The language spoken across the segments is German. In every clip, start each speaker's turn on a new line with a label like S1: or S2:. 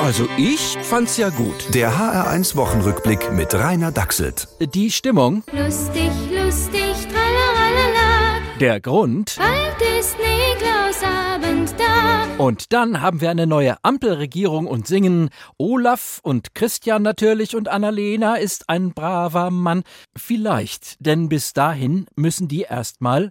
S1: Also ich fand's ja gut.
S2: Der HR1 Wochenrückblick mit Rainer Dachselt.
S1: Die Stimmung,
S3: Lustig, lustig, tralalala,
S1: der Grund
S3: bald ist Niklausabend da.
S1: und dann haben wir eine neue Ampelregierung und singen Olaf und Christian natürlich und Annalena ist ein braver Mann. Vielleicht, denn bis dahin müssen die erstmal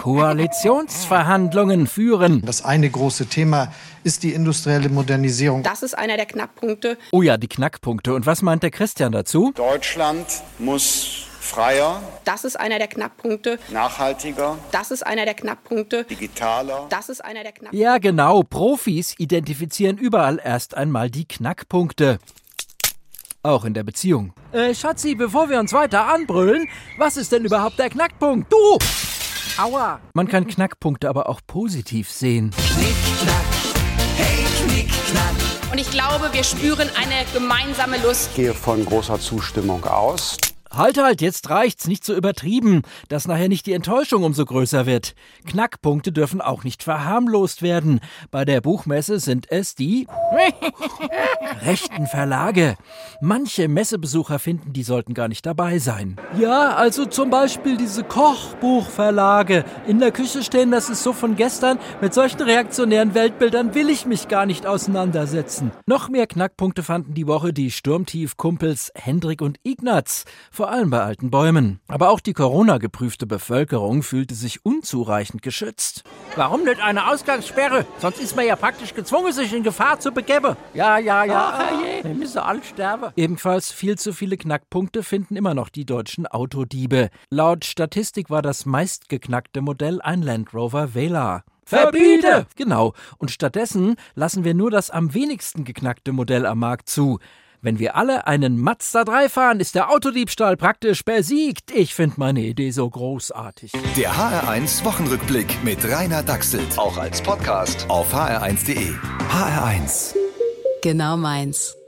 S1: Koalitionsverhandlungen führen.
S4: Das eine große Thema ist die industrielle Modernisierung.
S5: Das ist einer der Knackpunkte.
S1: Oh ja, die Knackpunkte. Und was meint der Christian dazu?
S6: Deutschland muss freier,
S5: Das ist einer der Knackpunkte.
S6: nachhaltiger,
S5: Das ist einer der Knackpunkte.
S6: digitaler.
S5: Das ist einer der Knackpunkte.
S1: Ja, genau. Profis identifizieren überall erst einmal die Knackpunkte. Auch in der Beziehung. Äh, Schatzi, bevor wir uns weiter anbrüllen, was ist denn überhaupt der Knackpunkt? Du! Aua! Man kann Knackpunkte aber auch positiv sehen.
S7: Und ich glaube, wir spüren eine gemeinsame Lust.
S8: gehe von großer Zustimmung aus.
S1: Halt, halt, jetzt reicht's, nicht zu übertrieben, dass nachher nicht die Enttäuschung umso größer wird. Knackpunkte dürfen auch nicht verharmlost werden. Bei der Buchmesse sind es die rechten Verlage. Manche Messebesucher finden, die sollten gar nicht dabei sein. Ja, also zum Beispiel diese Kochbuchverlage. In der Küche stehen, das ist so von gestern. Mit solchen reaktionären Weltbildern will ich mich gar nicht auseinandersetzen. Noch mehr Knackpunkte fanden die Woche die Sturmtiefkumpels Hendrik und Ignaz, vor allem bei alten Bäumen. Aber auch die Corona-geprüfte Bevölkerung fühlte sich unzureichend geschützt. Warum nicht eine Ausgangssperre? Sonst ist man ja praktisch gezwungen, sich in Gefahr zu begeben. Ja, ja, ja. Ah, wir müssen alle sterben. Ebenfalls viel zu viele Knackpunkte finden immer noch die deutschen Autodiebe. Laut Statistik war das meistgeknackte Modell ein Land Rover Vela. Verbiete! Genau. Und stattdessen lassen wir nur das am wenigsten geknackte Modell am Markt zu. Wenn wir alle einen Mazda 3 fahren, ist der Autodiebstahl praktisch besiegt. Ich finde meine Idee so großartig.
S2: Der HR1 Wochenrückblick mit Rainer Dachselt. Auch als Podcast auf hr1.de. HR1.
S9: Genau meins.